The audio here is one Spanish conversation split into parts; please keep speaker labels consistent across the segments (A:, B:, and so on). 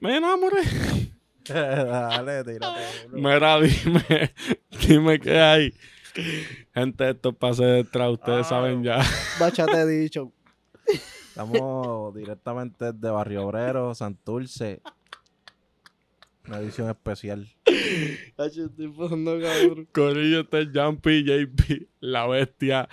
A: Me enamoré.
B: Dale, tírate. bro.
A: eh". Mira, dime, dime qué hay. Gente, esto es pase de tra, ustedes
B: Ah.
A: saben ya.
C: Bachate dicho.
B: Estamos directamente desde Barrio Obrero, Santurce. Una edición especial.
C: Hacho, estoy pasando cabrón.
A: Corillo, este es Jumpy, JP, la bestia.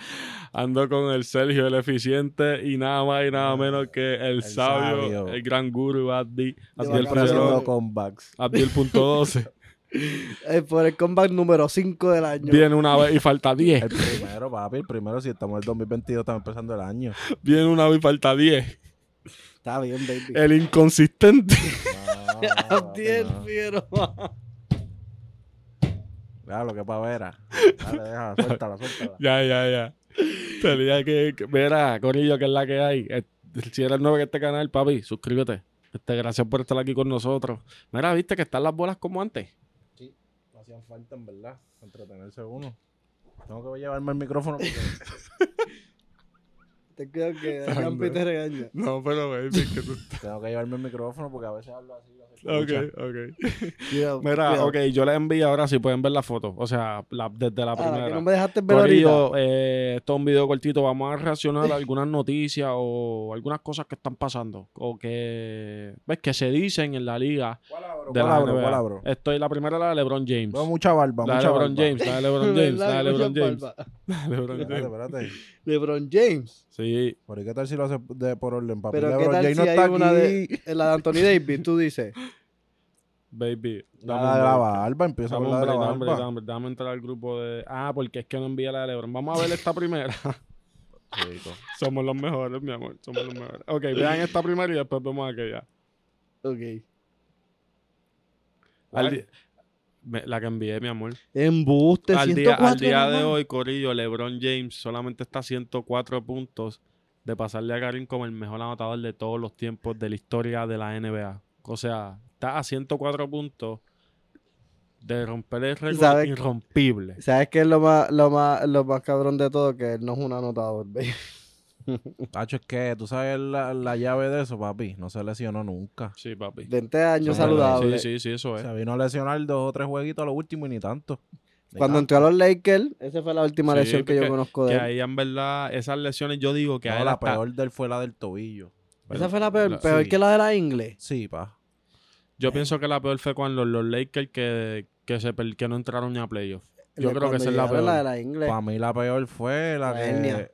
A: Ando con el Sergio, el eficiente, y nada más y nada menos que el,
B: El
A: sabio,
B: sabio.
A: el gran guru, Abdi, Abdiel
B: Siempre
C: vacaciones.
A: Ferrero,
B: haciendo comebacks.
A: Abdiel.12.
C: Eh, por el comeback número 5 del año.
A: Viene una vez y falta 10.
B: El primero, papi, el primero. Si estamos en el 2022, estamos empezando el año.
A: Viene una vez y falta 10.
C: Está bien, baby.
A: El inconsistente.
B: No,
C: Ah,
B: no,
C: Abdiel
B: papi, no.
C: Fiero.
B: Claro, que pavera. Dale, déjala, suéltala, suéltala.
A: Ya, ya, ya. Tenía que, que- Mira, Corillo, que es la que hay. Eh, Si eres nuevo en este canal, papi, suscríbete. Este, gracias por estar aquí con nosotros. Mira, viste que están las bolas como antes.
B: No hacían falta, en verdad, entretenerse uno. Tengo que llevarme el micrófono. porque-
C: Te cuidado que el Campi te regaña.
A: No, pero baby, que tú
B: tengo que llevarme el micrófono porque a veces hablo así. no se escucha.
A: Ok, ok.
C: Cuidado,
A: Mira,
C: cuidado.
A: ok, yo les envío ahora si pueden ver la foto. O sea, la- desde la
C: Ah, que
A: primera.
C: no me dejaste ver ahorita.
A: Corillo, eh, esto es un video cortito. Vamos a reaccionar a algunas noticias o algunas cosas que están pasando. O que, ¿ves? Que se dicen en la liga.
B: ¿Cuál abro?
A: de
B: ¿Cuál
A: la
B: abro?
A: NBA.
B: ¿Cuál abro?
A: Estoy la primera, la de LeBron James.
B: Veo mucha barba,
A: La de
B: mucha
A: Em, LeBron
B: barba.
A: James, la de LeBron James, la de LeBron
C: ¿Verdad? Mucha
A: James.
C: barba.
A: La de LeBron
B: Espérate,
A: James.
B: espérate.
C: LeBron James.
A: Sí,
B: Pero ¿y qué tal si lo hace de, por orden, papi?
C: Pero qué
B: LeBron
C: tal
B: James no
C: si hay
B: está
C: una
B: aquí.
C: de en la de Anthony Davis, tú dices.
A: baby.
B: La de la barba, empieza
A: Dame
B: con
A: un
B: la de la
A: break, dame un break, dame
B: barba.
A: un break. Dame entrar al grupo de. Ah, porque es que no envía la de LeBron. Vamos a ver esta primera.
B: Chico.
A: Somos los mejores, mi amor. Somos los mejores. Ok, vean esta primera y después vemos aquella.
C: Ok.
A: Al
B: ¿Cuál?
A: di- me- la que envié, mi amor.
C: Embuste,
A: al día, al
C: 104
A: día de
C: nomás.
A: hoy, Corillo, LeBron James solamente está a 104 puntos de pasarle a Karim como el mejor anotador de todos los tiempos de la historia de la NBA. O sea, está a 104 puntos de romper el récord
C: ¿Sabes?
A: irrompible.
C: ¿Sabes qué es lo más, lo más, lo más cabrón de todo? Que él no es un anotador, baby.
B: Tacho, es que tú sabes la, la llave de eso, papi. No se lesionó nunca.
A: Sí, papi.
C: 20 años
B: Sí,
C: este saludable.
A: Sí, sí, sí, eso es.
B: Se vino a lesionar dos o tres jueguitos a lo último y ni tanto. Ni
C: Cuando
B: tanto.
C: entró a los Lakers, esa fue la última
A: Sí,
C: lesión que yo
A: porque-
C: conozco de
A: que
C: él.
A: ahí, en verdad, esas lesiones, yo digo que a
B: No,
A: él
B: la
A: hasta-
B: peor de él fue la del tobillo.
C: Esa fue la peor,
A: la-
C: peor
B: sí.
C: que la de la Ingle.
B: Sí, pa.
A: Yo pienso que la peor fue cuando los, los Lakers que, que, se, per- que no entraron ni a playoffs. Yo
C: Le-
A: creo que
C: cuando
A: esa es la
C: llegaron
A: peor.
C: de la Ingle.
B: Para mí la peor fue la
C: La
B: que-
C: hernia.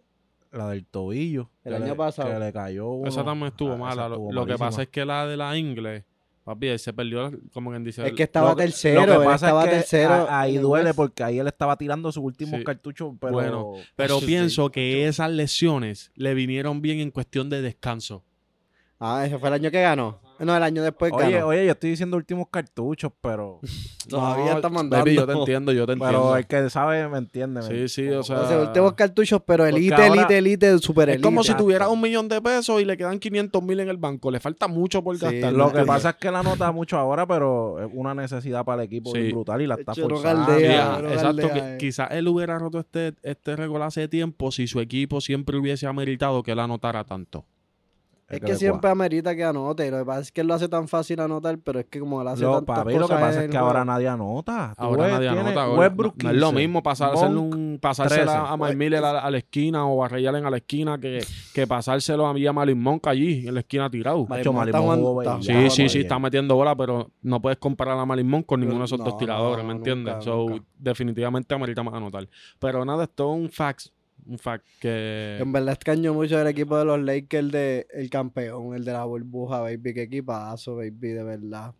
B: la del tobillo.
C: El
B: que
C: año
B: le-
C: pasado.
B: Que le cayó uno.
A: Esa también estuvo
B: Ah, esa
A: mala. Lo-
B: estuvo
A: lo que
B: malísima.
A: pasa es que la de la inglés, papi, él se perdió, como quien dice.
C: Es
A: el-
C: que estaba
B: Lo que-
C: tercero,
B: lo
C: él
B: que pasa
C: estaba
B: es que
C: tercero.
B: a- ahí
C: en el
B: duele
C: West.
B: porque ahí él estaba tirando sus últimos
A: Sí.
B: cartuchos, pero...
A: Bueno, pero
B: Sí.
A: pienso que esas lesiones le vinieron bien en cuestión de descanso.
C: Ah, ese fue el año que ganó. No, el año después
B: Oye,
C: ganó.
B: oye, yo estoy diciendo últimos cartuchos, pero...
C: Todavía
A: No,
C: está
A: baby,
C: mandando.
A: yo te entiendo, yo te
B: pero
A: entiendo.
B: el que sabe me entiende. ¿me
A: Sí,
B: entiende?
A: sí, o
B: Como-
A: sea,
C: O sea, últimos cartuchos, pero
B: Porque
C: elite,
B: ahora-
C: elite, elite, super
A: es
C: elite.
A: como si
B: Exacto.
A: tuviera un millón de pesos y le quedan 500 mil en el banco. Le falta mucho por
C: Sí,
A: gastar.
B: Lo que
A: ¿entiendes?
B: pasa es que la nota mucho ahora, pero es una necesidad para el equipo bien
A: Sí.
B: brutal y la está
C: Yo no
A: Sí,
B: forzando.
C: galdea,
B: Sí,
A: ajá,
C: pero
A: exacto.
C: dale,
A: que
C: eh.
A: Quizás él hubiera roto este, este récord hace tiempo si su equipo siempre hubiese ameritado que él anotara tanto.
C: Es
B: le
C: que siempre
B: cuadra.
C: amerita que anote. Lo que pasa es que él lo hace tan fácil anotar, pero es que como él hace
B: Lo,
C: tantas
B: papi, lo que
C: cosas
B: pasa
C: en
B: es
C: el
B: que ahora
C: juego.
B: nadie anota. Tú
A: Ahora
B: ves,
A: nadie
B: tiene
A: anota. ahora,
B: Westbrook
A: no, no es lo
B: 15,
A: mismo pasar, hacerle
B: Monk-
A: un, pasársela
B: 13.
A: a Mike Miller a, la- a la esquina o a Ray Allen a la esquina que, que pasárselo a mí a Malin Monk allí en la esquina tirado.
C: Vale,
B: Macho,
C: Malimón
B: Malimón
C: está
B: jugó
C: jugando-
A: Sí,
B: bailado,
A: sí, sí,
B: oye.
A: está metiendo bola, pero no puedes comparar a Malin Monk con ninguno de esos
C: No,
A: dos tiradores, ¿me
C: nunca,
A: entiendes? so,
C: nunca.
A: definitivamente amerita más anotar. Pero nada, esto es un fact. Un fact que.
C: En verdad extraño mucho el equipo de los Lakers, el de el campeón, el de la burbuja, baby. Qué equipazo, baby, de verdad.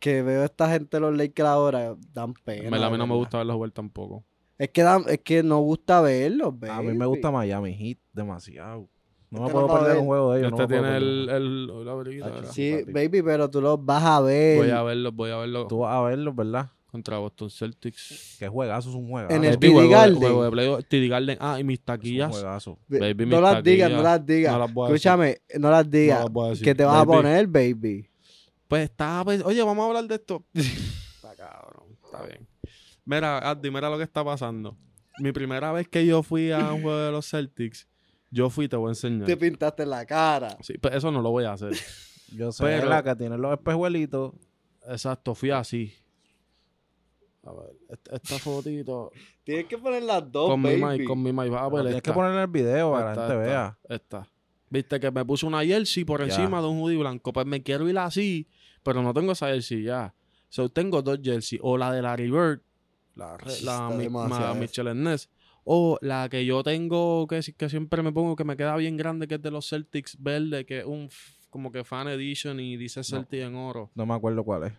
C: Que veo esta gente de los Lakers ahora, dan pena.
A: En verdad, a mí no
C: de
A: me
C: verdad.
A: gusta verlos jugar tampoco.
C: Es que, dan- es que no gusta verlos, baby.
B: A mí me gusta Miami Heat demasiado. No me
C: Este
B: puedo
C: no va a
B: perder
C: ver.
B: un juego de ellos.
A: Este
B: no me puedo
A: tiene
B: perder.
A: el, el- la briguita,
B: Tacho,
A: ¿verdad?
C: Sí,
B: papi.
C: baby, pero tú los vas a ver.
A: Voy a verlo, voy a verlo
B: Tú vas a verlos, ¿verdad?
A: contra Boston Celtics.
B: Que juegazo es un juegazo.
C: En el
B: Es
A: Papi,
C: TD
A: juego de-
C: Garden.
A: juego de playoff, TD Garden. Ah, y mis
B: un
A: taquillas.
B: juegazo.
C: Ve-
A: Baby,
C: no
A: mis
C: las digas, no
A: taquillas.
C: las digas.
A: No las voy a decir.
C: Escúchame, no las digas.
A: No las voy a decir.
C: que te vas
A: Baby.
C: a poner, baby.
A: Pues está, pues, oye, vamos a hablar de esto. está cabrón, está bien. Mira, Addy, mira lo que está pasando. Mi primera vez que yo fui a un juego de los Celtics, yo fui, te voy a enseñar.
C: Te pintaste la cara.
A: Sí, pero eso no lo voy a hacer.
B: Yo sé
A: Pero-
B: la que tiene los espejuelitos.
A: Exacto, fui así. A ver, est- esta fotito.
C: Tienes que poner las dos,
A: con mi
C: Oh, baby.
A: mic, con mi mic. Ah, pues, Vas a
B: Pero
A: ver
B: tienes
A: esta.
B: que poner el video para que
A: Esta,
B: la gente
A: esta,
B: vea.
A: esta. Viste que me puse una jersey por
B: Ya.
A: encima de un hoodie blanco. Pues me quiero ir así, pero no tengo esa jersey ya. So, tengo dos jerseys. O la de Larry Bird, la, re- la,
C: Está
A: mi-
C: demasiado
A: ma-
C: eso.
A: Michelle Ernest. O la que yo tengo, que, si- que siempre me pongo, que me queda bien grande, que es de los Celtics verde, que es un f- como que fan edition y dice Celtic en oro.
B: No me acuerdo cuál es.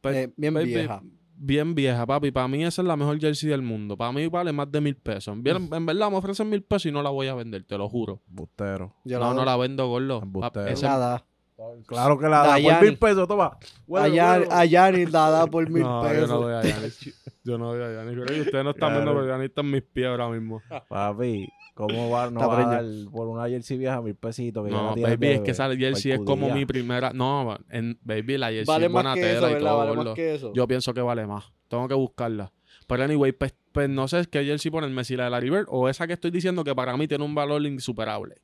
A: Pues,
C: Eh, bien
A: baby,
C: vieja.
A: Bien vieja, papi. Para mí esa es la mejor jersey del mundo. Para mí vale más de mil pesos. Bien,
B: Mm.
A: en verdad me ofrecen mil pesos y no la voy a vender, te lo juro.
B: Bustero.
C: Yo
A: no,
C: la
A: no la vendo, gordo.
B: Embustero.
A: Pap- ese-
C: Nada.
B: Claro que la da por
C: Dayani.
B: mil pesos, toma. Huele, huele.
C: A Yanni la da por mil
A: No, Yo
C: pesos.
A: no voy a Yanis. Yo no voy a Yanis. Creo que ustedes no están
B: Claro.
A: viendo, pero Yanis está en mis pies ahora mismo.
B: Papi, ¿cómo va, no
C: Está
B: va a dar
C: preñado.
B: por una jersey vieja mil pesitos? Que ya la
A: No,
B: tienes
A: baby,
B: de-
A: es que esa jersey es como
B: parcudilla.
A: mi primera. No, en, baby, la jersey
C: vale
A: es buena
C: más que eso,
A: tela y
C: ¿verdad?
A: todo,
C: vale
A: gordo.
C: más que eso.
A: Yo pienso que vale más. Tengo que buscarla. Pero anyway, pues, pues no sé qué jersey ponerme, si la de la River o esa que estoy diciendo que para mí tiene un valor insuperable.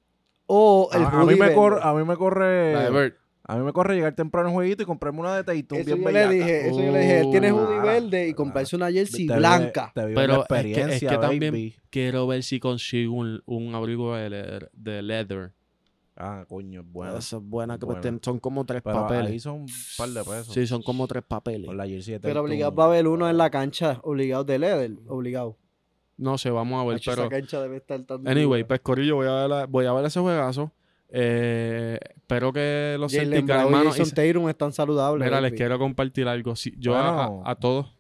C: O el
B: A, a mí
C: hoodie
B: me
C: verde.
B: corre, a mí me
A: La de
C: Eh.
B: corre,
A: Bird.
B: a mí me corre llegar temprano al jueguito y comprarme una de Taitún
C: Eso
B: bien
C: yo le
B: bellaca.
C: dije, eso yo le dije, él tiene
A: Uh,
C: hoodie
B: nada,
C: verde y
B: nada.
C: comprarse una jersey
B: Te vive-
C: blanca.
B: te vive
A: Pero
B: una
A: es que- es
B: experiencia,
A: que también-
B: baby.
A: Quiero ver si consigo un, un abrigo de leather. De leather.
B: Ah, coño, es buena.
A: Esa es buena que
B: buena.
A: pues, ten- son como tres
B: Pero ahí
A: papeles.
B: son un par de pesos.
A: Sí, son como tres papeles.
B: Con la jersey de
C: Pero
B: Tatum.
C: obligado va a haber uno en la cancha, obligado de leather, obligado.
A: No sé, vamos a ver.
C: Hacho,
A: Pero
C: esa cancha debe estar tan
A: Anyway,
C: dura.
A: pues Corillo, voy a ver, la- voy a ver ese juegazo. Eh, espero que los
C: Jalen
A: Celtics,
C: Brown y
A: hermano. y
C: Jason
A: se-
C: Tatum están saludables. eh,
A: Mira, les
C: baby.
A: quiero compartir algo. Sí, yo
B: Bueno.
A: a- a, a todos.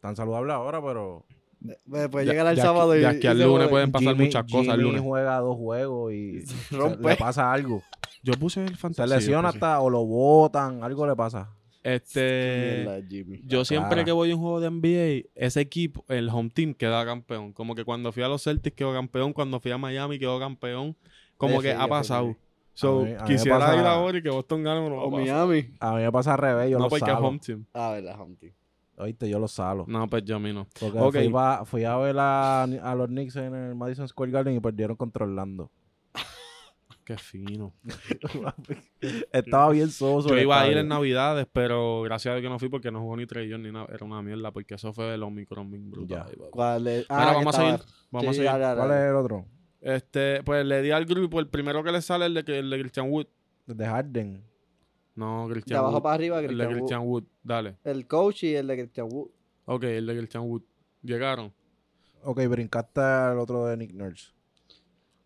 B: Tan saludable ahora, pero.
C: Eh, Pues
A: de-
C: llegan el
A: de aquí-
C: sábado y.
A: de aquí
C: y
A: al
C: se
A: lunes
C: joden.
A: pueden pasar
B: Jimmy-
A: muchas cosas el
B: Jimmy
A: lunes.
B: juega dos juegos y. se-
C: rompe.
B: Le pasa algo.
A: Yo puse el
B: Se
A: fantasía.
B: lesiona
A: puse.
B: hasta o lo botan, algo le pasa.
A: Este.
C: Mierda, Jimmy.
A: Yo siempre
B: cara.
A: que voy a un juego de NBA, ese equipo, el home team, queda campeón. Como que cuando fui a los Celtics quedó campeón, cuando fui a Miami quedó campeón. Como que ha
C: Definitivo,
A: pasado.
C: sí.
A: So,
B: A mí- a mí me
A: quisiera
B: pasa-
A: ir ahora y que Boston gane pero
C: O
A: no, va a pasar.
C: Miami.
B: A mí me pasa al revés, yo
A: no
B: lo
A: porque es
B: salo.
A: home team.
C: Ah, verdad, Humpty.
B: Oíste, yo lo salo.
A: No, pues yo a mí no.
B: Porque
A: Ok.
B: fui, pa- fui a ver a, a los Knicks en el Madison Square Garden y perdieron contra Orlando.
A: Qué fino.
B: Estaba bien soso.
A: Yo
B: el
A: iba a ir
B: estadio.
A: en Navidades, pero gracias a Dios que no fui porque no jugó ni Trey Young ni nada. Era una mierda porque eso fue el Omicron bien brutal.
B: Ya.
A: papi.
C: ¿Cuál es?
A: Mira,
C: Ah, que
A: vamos a
C: estaba-
A: seguir. Vamos
C: Sí,
A: a seguir.
C: dale, dale,
B: ¿Cuál es
C: dale.
B: el otro?
A: Este, pues le di al grupo el primero que le sale el de, que- el de Christian Wood.
B: De Harden.
A: No,
C: De
A: Christian
C: abajo
A: Wood.
C: para arriba,
A: el de
C: Christian Wood.
A: Christian Wood. Dale.
C: El coach y el de Christian Wood.
A: Ok, el de Christian Wood. Llegaron.
B: Ok, brincaste al otro de Nick Nurse.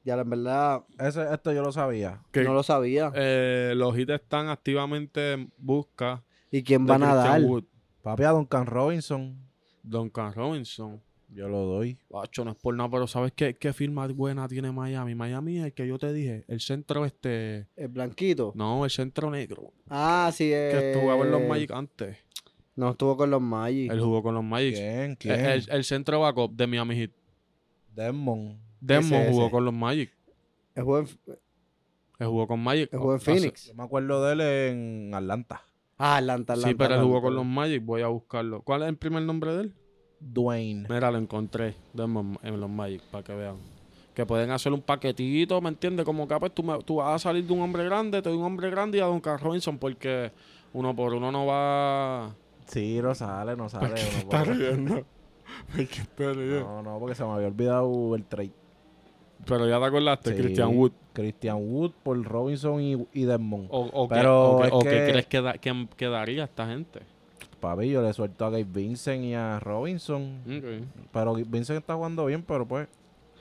C: Ya, en verdad,
B: Ese, esto yo lo sabía.
A: Que,
C: no lo sabía.
A: eh, los hits están activamente en busca
C: ¿Y quién
A: de
C: van a
A: Christian
C: dar?
A: Wood.
B: Papi, a Duncan Robinson.
A: Duncan Robinson.
B: Yo lo doy.
A: Bacho, no es por nada, pero ¿sabes qué, qué firma buena tiene Miami? Miami es el que yo te dije. El centro este...
C: El blanquito.
A: No, el centro negro.
C: Ah, sí.
A: que estuvo en los
C: eh,
A: Magic antes.
C: No estuvo con los Magic.
A: Él jugó con los Magic.
B: ¿Quién?
A: El,
B: ¿Quién?
A: el- el centro backup de Miami Heat. eh.
B: Desmond.
A: Desmond
B: Ese,
A: jugó
B: ese.
A: con los Magic.
C: Él jugó en,
A: Él jugó con Magic. Ah,
C: él jugó en
A: Hace-
C: Phoenix.
B: Yo me acuerdo de él en Atlanta.
C: Ah, Atlanta, Atlanta.
A: sí, pero él
C: Atlanta.
A: jugó con los Magic. Voy a buscarlo. ¿Cuál es el primer nombre de él?
B: Dwayne.
A: Mira, lo encontré. Desmond en los Magic, para que vean. Que pueden hacer un paquetito, ¿me entiendes? Como que pues, tú, me- tú vas a salir de un hombre grande, te doy un hombre grande y a Duncan Robinson, porque uno por uno no va.
B: Sí, no sale, no sale. no puedo.
A: riendo. ¿Por qué está riendo?
B: No, no, porque se me había olvidado el trade.
A: Pero ya te acordaste,
B: Sí.
A: Christian Wood.
B: Christian Wood por Robinson y, y Desmond.
A: O, o
B: Pero
A: que, o que-
B: es
A: o que
B: que-
A: crees que, da- que quedaría esta gente.
B: Papi, yo le suelto a Gabe Vincent y a Robinson.
A: Ok.
B: Pero Vincent está jugando bien, pero pues.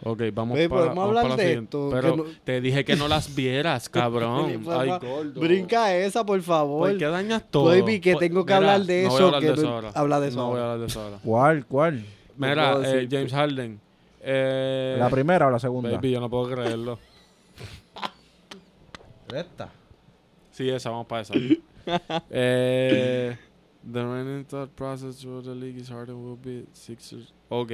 A: Ok, vamos
C: Oye,
A: para, vamos
C: podemos pues, hablar
A: para la
C: de
A: siguiente.
C: esto,
A: Pero
C: que no-
A: te dije que no las vieras, cabrón.
C: Oye,
A: Ay,
C: papá,
A: gordo.
C: Brinca esa, por favor.
A: ¿Por qué dañas todo?
C: Baby, que
A: Pues,
C: tengo que
A: mira,
C: hablar de
A: no voy a
C: eso,
A: hablar
C: que
A: de
C: tú-
A: eso ahora.
C: habla de eso
A: No voy a
C: ahora.
A: hablar de eso ahora.
B: ¿Cuál? ¿Cuál?
A: Mira,
C: puedo
A: eh,
C: decir.
A: James Harden. Eh,
B: ¿La primera o la segunda?
A: baby, yo no puedo creerlo.
B: Esta.
A: Sí, esa, vamos para esa. eh, the running thought process through the league is harder will be Sixers. Ok,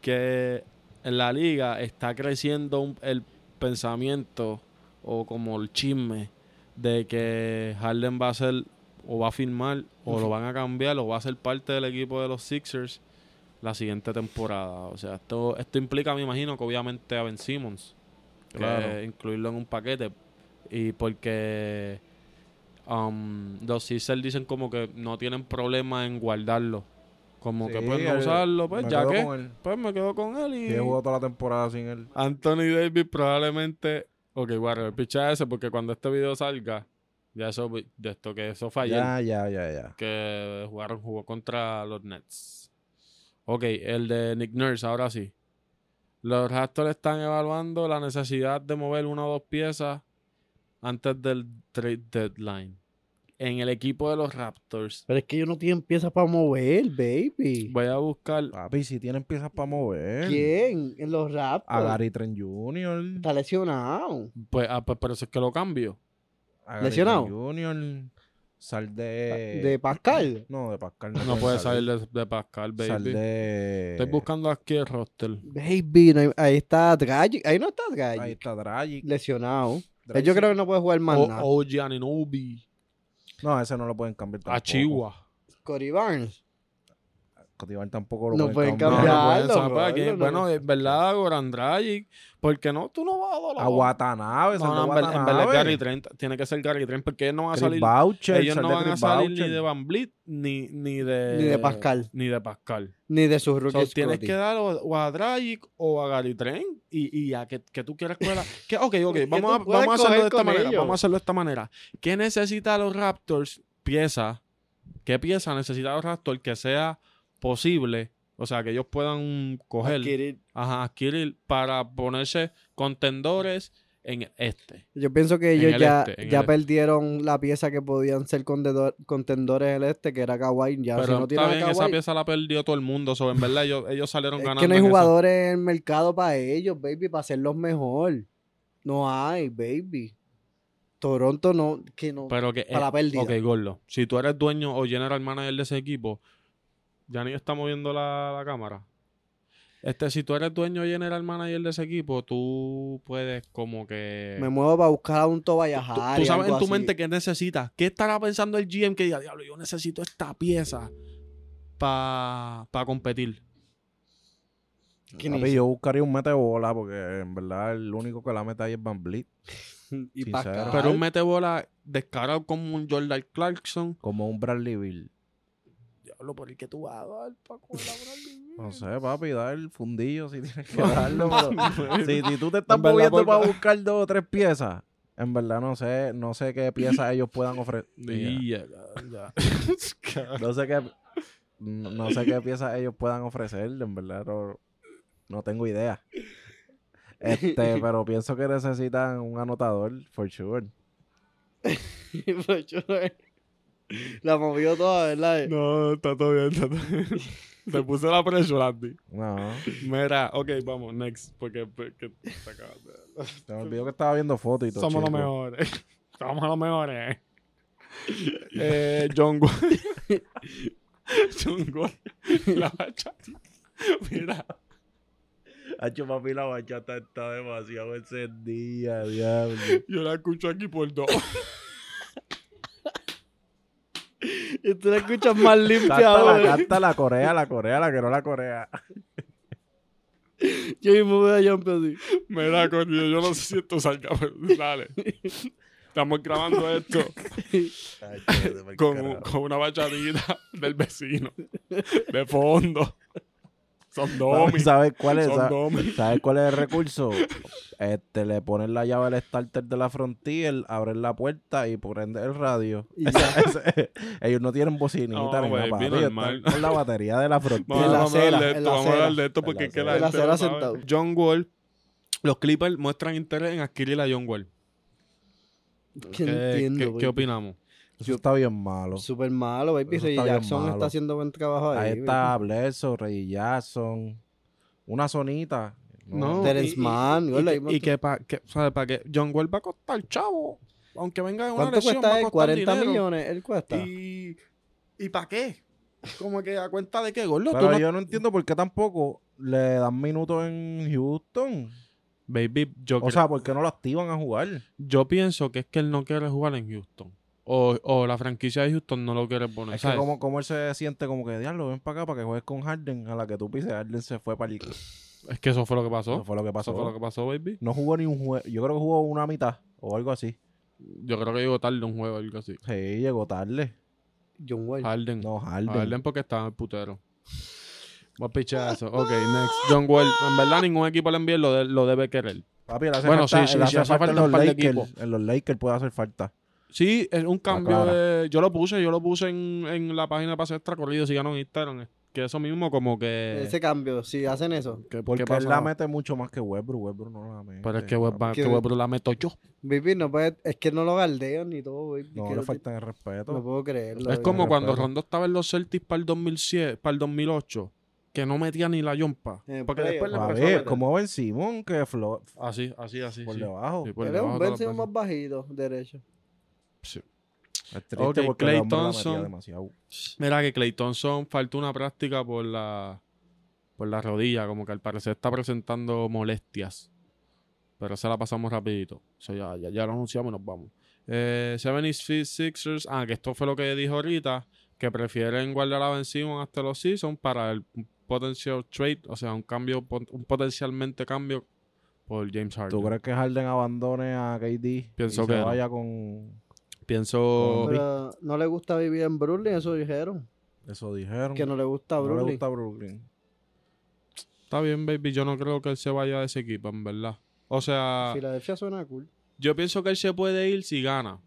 A: que en la liga está creciendo un- el pensamiento o como el chisme de que Harden va a ser o va a firmar o lo van a cambiar o va a ser parte del equipo de los Sixers la siguiente temporada. O sea, esto, esto implica, me imagino, que obviamente a Ben Simmons, que
B: Claro.
A: incluirlo en un paquete. Y porque um, los Sixers dicen como que no tienen problema en guardarlo. Como que
B: Sí,
A: pueden no
B: el-
A: usarlo, pues
B: me
A: ya
B: quedo
A: que,
B: con él.
A: pues me quedo con él y...
B: Yo he jugado toda la temporada sin él.
A: Anthony Davis probablemente. Ok, whatever, picha ese, porque cuando este video salga, ya eso vi- de esto que eso fue ayer,
B: Ya, ya, ya, ya.
A: que jugaron, jugó contra los Nets. Ok, el de Nick Nurse, ahora sí. Los Raptors están evaluando la necesidad de mover una o dos piezas antes del trade deadline. En el equipo de los Raptors,
C: Pero es que yo no tienen piezas para mover, baby.
A: voy a buscar.
B: Papi, si tienen piezas para mover.
C: ¿Quién? En los
B: A
C: Raptors.
B: Gary Trent Jr.
C: Está lesionado.
A: Pues, ah, pues, pero eso es que lo cambio.
B: a Gary
C: ¿Lesionado? Ah,
B: Trent Jr. Sal
A: Eh.
B: de...
C: De Pascal.
B: No, de Pascal.
A: No puede salir de, de Pascal, baby.
B: Sal de...
A: Estoy buscando aquí el roster.
C: Baby, no hay- ahí está Dragic. Ahí no está
B: Ahí
C: Dragic.
B: está Dragic.
C: Lesionado.
B: Dragic
C: Eh, Yo
B: sí.
C: creo que no puede jugar más nada.
A: O, OG Ananobi.
B: No, ese no lo pueden cambiar tampoco.
A: A Chihuahua.
C: Corey Barnes.
B: Cotibar tampoco lo
C: No
B: pueden
A: No,
C: pueden
A: no
B: cambiar.
C: cambiar.
A: pueden
C: Cambiarlo,
A: saber
C: bro,
A: a quién.
C: no, no.
A: Bueno, en verdad, Goran Dragic. Porque no, tú no vas a dar
B: A Watanabe,
A: No,
B: sal de
A: no, en, ver- en verdad es
B: Watanabe.
A: Gary Trent. Tiene que ser Gary Trent porque ellos no van a
B: Chris
A: salir.
B: Boucher,
A: ellos
B: sal
A: no
B: de
A: van a
B: Chris
A: salir
B: Boucher.
A: ni de Van Blit ni, ni de.
C: Ni de Pascal.
A: Ni de Pascal.
C: Ni de sus
A: So,
C: rookies.
A: tienes
C: Scotty.
A: que dar o, o a Dragic o a Gary Trent. Y, y a que, que tú quieras coger la- que, ok, ok,
C: Que
A: vamos
C: tú
A: a,
C: puedas
A: vamos a hacerlo de
C: coger
A: esta
C: con
A: manera.
C: ellos.
A: Vamos a hacerlo de esta manera. ¿Qué necesita los Raptors? Pieza. ¿Qué pieza necesita los Raptors que sea posible? O sea, que ellos puedan coger,
C: Adquirir.
A: ajá, adquirir para ponerse contendores en este.
C: Yo pienso que
A: En
C: ellos
A: el
C: ya,
A: este, en
C: ya
A: el este.
C: perdieron la pieza que podían ser contendor- contendores del este, que era Kawhi. Ya,
A: Pero
C: si no
A: está
C: tienen a
A: bien, esa
C: Kawhi,
A: pieza la perdió todo el mundo. So, en verdad, ellos, ellos salieron
C: es
A: ganando.
C: que no hay
A: en esa.
C: jugadores en el mercado para ellos, baby, para hacerlos mejor. No hay, baby. Toronto no, que no.
A: Pero que eh,
C: Para la pérdida.
A: Ok, Gordo. Si tú eres dueño o general manager de ese equipo, ya ni está moviendo la, la cámara. Este, si tú eres dueño o general manager de ese equipo, tú puedes como que.
C: me muevo para buscar a
A: eh,
C: un
A: Tú-
C: Tobayajá.
A: tú, sabes en tu mente qué necesitas. ¿Qué estará pensando el GM que diga, diablo, yo necesito esta pieza para competir?
C: ¿Quién
B: Papi,
C: hizo?
B: yo buscaría un mete bola porque en verdad el único que la mete ahí es Van Vliet.
C: y
B: sincero.
C: Pascal.
A: Pero un metebola descarado como un Jordan Clarkson.
B: Como un Bradley Bill.
A: Diablo, por el que tú vas a dar para
B: No sé, papi, da el fundillo si tienes que darlo. pero si, si tú te
A: pues.
B: estás
A: En verdad,
B: moviendo
A: por-
B: para buscar dos o tres piezas, en verdad no sé, no sé qué piezas ellos puedan ofrecer. No sé qué, no no sé qué piezas ellos puedan ofrecer, en verdad no, no tengo idea. Este, pero pienso que necesitan un anotador, for sure.
C: Pues yo- la movió toda, ¿verdad?
A: No, está todo bien, está todo bien. Te puse la presión, Andy.
B: No,
A: Mira, ok, vamos, next. Porque porque te acabas de-
B: te me olvidó que estaba viendo fotos y todo.
A: somos los
B: chico.
A: mejores. Somos los mejores. Eh, John Wall. John Wall. La bachata. Mira.
B: Hacho, papi, la bachata está demasiado encendida, diablo.
A: Yo la escucho aquí por dos.
C: Y tú la escuchas más limpia
B: Cántala,
C: ahora.
B: cántala, Corea, la Corea, la que no la Corea.
C: Yo mismo veo a John así.
A: Mira, coño, yo no sé si esto salga, pero dale. Estamos grabando esto con, un- con una bachatita del vecino. De fondo. Son domis.
B: ¿Sabes cuál es?
A: Son
B: ¿Sabes-
A: domis.
B: ¿Sabes cuál es el recurso? Este, le ponen la llave al starter de la frontier, abren la puerta y prenden el radio.
C: Y ya.
B: Ese- ellos no tienen bocinita
A: No,
B: ni
A: baby,
B: nada, papi,
A: normal.
B: están con la batería de la
A: Vamos,
B: frontier.
C: En la
A: vamos a hablar
C: acera,
A: de
C: en
A: esto,
C: la
A: vamos a hablar
C: acera.
A: de esto porque
B: En la
A: es que la
C: acera.
A: gente
C: En la
A: no
C: acera
A: sabe.
C: sentado.
A: John Wall, los Clippers muestran interés en adquirir a John Wall. Eh,
C: Que
A: ¿Qué-
C: no
A: qué-
C: entiendo,
A: qué
C: baby.
A: opinamos?
B: Eso está bien malo.
C: Súper malo, baby.
B: Eso
C: Ray
B: está bien
C: Jackson
B: malo.
C: está haciendo buen trabajo ahí.
B: Ahí está Bleso, Rey Jackson, una zonita.
A: No,
C: Terence
A: y- y-
C: Mann,
A: Y,
C: gol, ahí
A: que- y
C: montó.
A: que para que, ¿sabes? Para que John Wall va a costar chavo. Aunque venga de una
C: ¿Cuánto
A: lesión, va
C: cuesta
A: a
C: él?
A: costar
C: 40
A: dinero.
C: millones. Él cuesta.
A: ¿Y, y para qué? Como que a cuenta de qué, gordo.
B: Pero yo no entiendo por qué tampoco le dan minutos en Houston.
A: Baby, yo,
B: O sea, ¿por qué no lo activan a jugar?
A: yo pienso que es que él no quiere jugar en Houston. O, o la franquicia de Houston no lo quiere poner.
B: Es que
A: ¿sabes?
B: como, como él se siente como que, diablo, ven para acá para que juegues con Harden. A la que tú pises, Harden se fue para el... Eso
A: Es que eso fue lo que pasó.
B: fue lo que pasó.
A: Eso fue lo que pasó, baby.
B: No jugó ni un juego. Yo creo que jugó una mitad o algo así.
A: Yo creo que llegó tarde un juego o algo así.
B: Sí, llegó tarde.
C: John Wall.
B: Ah,
A: Harden.
B: No, Harden.
A: Harden porque estaba en el putero. Voy a pichar eso. Ok, next. John Wall. En verdad, ningún equipo le envíe lo, de- lo debe querer.
B: Papi, él hace
A: Bueno,
B: falta,
A: sí, sí,
B: él
A: sí,
B: hace falta en los Lakers. En los Lakers puede hacer falta.
A: Sí, es un cambio
B: clara.
A: de. Yo lo puse, yo lo puse en, en la página de Pase Extra Corrido, síganos en Instagram. Que eso mismo, como
B: eh.
A: que.
C: Ese cambio, si hacen eso.
A: que-
B: Porque
A: que
B: él la
A: pasaba.
B: mete mucho más que Westbrook. Westbrook no la mete.
A: Pero es que Westbrook
C: que-
A: que Westbrook la meto yo.
C: Baby, no puede, es que no lo galdean ni todo, baby.
B: No
C: que
B: le faltan el respeto.
C: No puedo creerlo.
A: Es
C: baby.
A: como
B: respeto.
A: cuando Rondo estaba en los Celtics para el 2007, para el 2008, que no metía ni la yompa.
C: En el
A: Porque
C: playoff.
A: después le
B: a
A: empezó a
B: ver,
A: meter.
B: como Ben Simón que flo-
A: Así, así, así.
B: por
A: sí.
B: debajo.
A: Sí, por
C: Él es
A: debajo
C: un
A: de la
C: vencedor
A: persona.
C: más bajito, derecho.
B: Es triste
A: Ok,
B: porque
A: Klay
B: el hombre la metía
A: Thompson.
B: demasiado.
A: Mira que Clay Thompson faltó una práctica por la por la rodilla, como que al parecer está presentando molestias. Pero esa la pasamos rapidito. O sea, ya, ya, ya lo anunciamos y nos vamos. Eh, 76ers, ah, que esto fue lo que dijo ahorita, que prefieren guardar a Ben Simmons hasta los season para el potential trade, o sea, un cambio, pot- un potencialmente cambio por James
B: ¿Tú
A: Harden.
B: crees que Harden abandone a KD?
A: Pienso
B: y se
A: que no.
B: vaya con...
A: Pienso...
C: Pero no le gusta vivir en Brooklyn, eso dijeron.
B: Eso dijeron.
C: Que no le gusta
B: No le
C: Brooklyn.
B: gusta Brooklyn.
A: Está bien, baby, yo no creo que él se vaya de ese equipo, en verdad. O sea...
C: Filadelfia suena cool.
A: Yo pienso que él se puede ir si gana.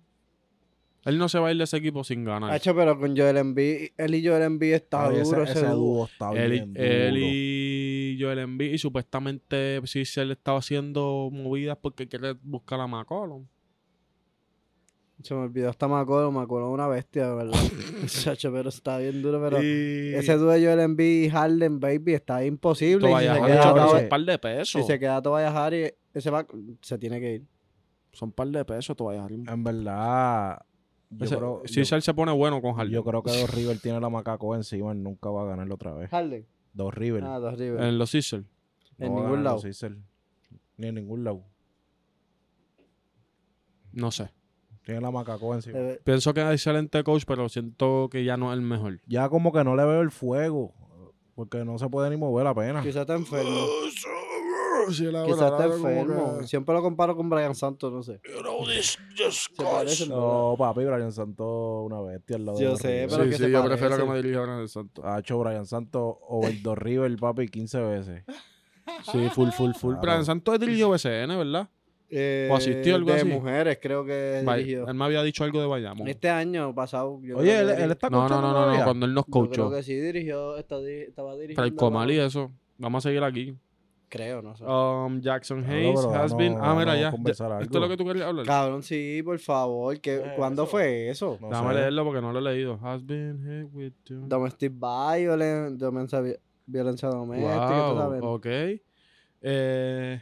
A: Él no se va a ir de ese equipo sin ganar.
C: Hacho, pero con Joel Embiid, él y Joel Embiid está
B: Ay,
C: duro ese, dúo.
B: está
A: Él,
B: bien
A: y- él
B: duro.
A: y Joel Embiid, y supuestamente sí se le estaba haciendo movidas porque quiere buscar a McCollum.
C: Se me olvidó hasta McCollum, McCollum es una bestia, de verdad. Chacho, pero está bien duro, pero
A: Y-
C: ese dúo de Joel Embiid y Harden, baby, está imposible. Y si
A: Toalla Harry
C: se
B: queda
A: ha
C: queda
A: chocado
B: ahora-
A: un par de pesos.
C: Si se queda Tobias Harry, ese va, se tiene que ir.
A: Son par de pesos Toalla Harry.
B: En verdad, Ah, yo,
A: Ese-
B: creo,
A: si
B: yo,
A: él se pone bueno con Harden.
B: yo creo que Dos River tiene la macaco encima, él nunca va a ganar otra vez.
C: Harden.
B: Dos River.
C: Ah, dos Rivers.
A: En los Sixers.
B: no
C: en
B: va a
C: ningún
B: ganar
C: lado.
B: los Sixers. Ni en ningún lado.
A: No sé.
B: Tiene la macaco encima.
C: Eh,
A: Pienso que es excelente coach, pero siento que ya no es el mejor.
B: Ya como que no le veo el fuego, porque no se puede ni mover apenas.
C: Quizás está enfermo.
A: Sí, la
C: Quizás
A: verdad,
C: está
A: Ah, como que-
C: enfermo. Siempre lo comparo con Brian Santos, no sé.
A: You know this- this
C: Se parece, ¿no?
B: No, papi, Brian Santos una bestia al lado
C: Yo
B: de Dos
C: sé,
B: River.
C: pero
A: sí,
C: que
A: sí,
C: se
A: yo
C: parece.
A: prefiero que me dirija ahora en el Santo.
B: Ha hecho Brian Santos over Dos River, papi, 15 veces.
A: Sí, full, full, full.
B: Claro.
A: Pero en Santo es dirigido BCN, ¿verdad?
C: Eh,
A: ¿O asistió algo
C: de
A: así?
C: mujeres, creo que
A: Bay-
C: dirigió.
A: él me había dicho algo de Bayamón.
C: Este año pasado. yo
B: Oye,
C: creo
B: él,
C: que
B: él
C: diri-
B: está
A: No, no,
B: coachando
A: no, no, no,
B: todavía.
A: cuando él nos
C: Yo creo
A: coachó.
C: que sí dirigió. está di- estaba dirigiendo.
A: Para el Comal y eso. Vamos a seguir aquí.
C: Creo, no sé.
A: Um, Jackson
B: Claro,
A: Hayes
B: pero
A: has
B: vamos-
A: been. Ah, mira,
B: vamos a
A: ya.
B: conversar
A: Ya- Esto
B: algo.
A: es lo que tú querías hablar.
C: Cabrón, sí, por favor. que
B: Eh,
C: ¿Cuándo
B: eso.
C: fue eso?
B: No
A: Déjame
B: sé.
A: leerlo porque no lo he leído. Has been here with you.
C: Domestic violence, domencia vi- violencia doméstica, este tú
A: Wow,
C: sabes.
A: ok. Eh,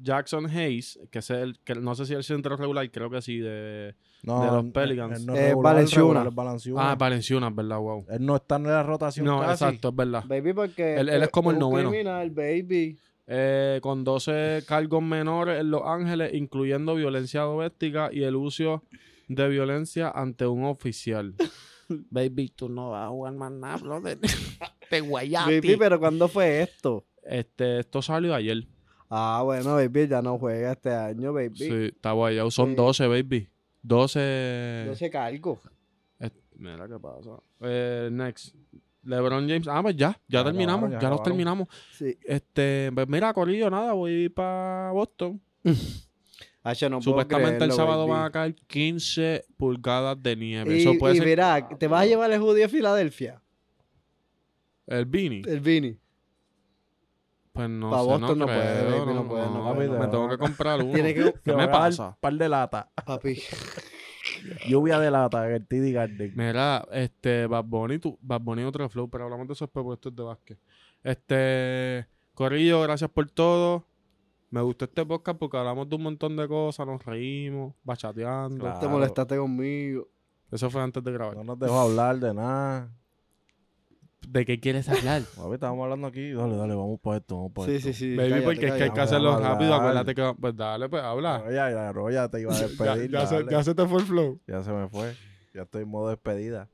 A: Jackson Hayes, que es el, que no sé si es el centro regular, creo que sí, de...
B: No,
A: de los
B: él-
A: Pelicans.
B: él no
C: Eh,
B: es regular,
C: Valenciuna.
B: regular, es Valenciuna.
A: Ah, Valenciunas, ¿verdad? Wow.
B: Él no está en la rotación
A: No,
B: casi.
A: exacto, es verdad.
C: Baby, porque.
A: Él- él es como el
C: un
A: noveno.
C: criminal, baby.
A: eh, con 12 cargos menores en Los Ángeles, incluyendo violencia doméstica y el uso de violencia ante un oficial. Baby, tú no vas a jugar más nada, brother. Te
C: Baby, pero ¿cuándo fue esto?
A: Este, esto salió ayer.
C: Ah, bueno, baby, ya no juega este año, baby.
A: Sí, está guayado. Son
C: Sí.
A: 12, baby. 12.
C: No se cargo.
A: Eh, mira qué pasa. Eh, next. LeBron James. Ah, pues ya. Ya,
B: Ya
A: terminamos.
B: acabaron, ya
A: ya los
B: acabaron.
A: terminamos.
C: Sí.
A: Este, pues mira, Corillo, nada. Voy para Boston.
C: Ah, yo no puedo
A: Supuestamente el
C: creerlo,
A: sábado
C: baby.
A: van a caer 15 pulgadas de nieve.
C: Y,
A: Eso puede
C: y
A: ser
C: verá, ¿te vas a llevar el judío a Filadelfia?
A: el Vini.
C: El Vini.
A: Pues no
C: pa'
A: sé,
C: Boston
A: no,
C: no puede,
A: creo,
C: baby, no puede, no puede,
A: me
B: no.
A: tengo que comprar uno.
C: Tiene que-
A: ¿Qué
B: Le
A: me
B: va a dar
A: pasa?
B: par de lata.
C: Papi.
B: Lluvia de lata en el TD Garden.
A: Mira, este, Bad Bunny, tú, Bad Bunny otro flow, pero hablamos de esos porque esto es de básquet. Este, Corillo, gracias por todo. Me gustó este podcast porque hablamos de un montón de cosas, nos reímos, bachateando.
B: Claro.
C: Te molestaste conmigo.
A: Eso fue antes de grabar.
B: No nos dejó hablar de nada.
A: ¿De qué quieres hablar?
B: Papi, estábamos hablando aquí. Dale, dale, vamos para esto, vamos para
C: Sí,
B: esto.
C: sí, sí.
A: Baby,
C: cállate,
A: porque es que hay
C: cállate.
A: que hacerlo
B: Vamos a
A: rápido.
B: hablar.
A: Acuérdate que. Pues dale, pues habla.
B: No, ya, ya, no, ya te iba a
C: Pues,
B: despedir.
A: ya, ya se,
B: dale.
A: ya se te fue el flow.
B: Ya se me fue. Ya estoy en modo despedida.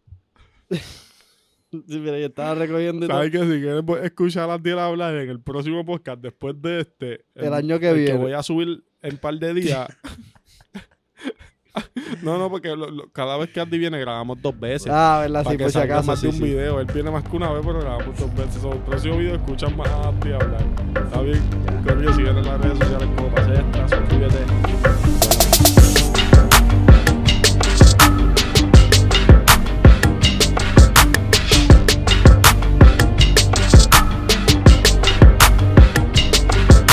C: Sí, mira, yo estaba recogiendo y todo.
A: Sabes que si quieres pues, escuchar a Diela hablar en el próximo podcast, después de este,
C: El año que
A: el
C: viene.
A: voy a subir en un par de días, No, no, porque lo- lo- cada vez que Andy viene grabamos dos veces.
C: Ah, ¿verdad?
A: para
C: Sí,
A: que
C: por si
A: salga
C: acaso.
A: más de
C: Sí,
A: un
C: sí.
A: video. Él viene más que una vez, pero grabamos dos veces. So, el próximo video escuchan más a Andy hablar. Está bien. Coño, síguenos en las redes sociales como Pasea Extra, suscríbete. Bueno,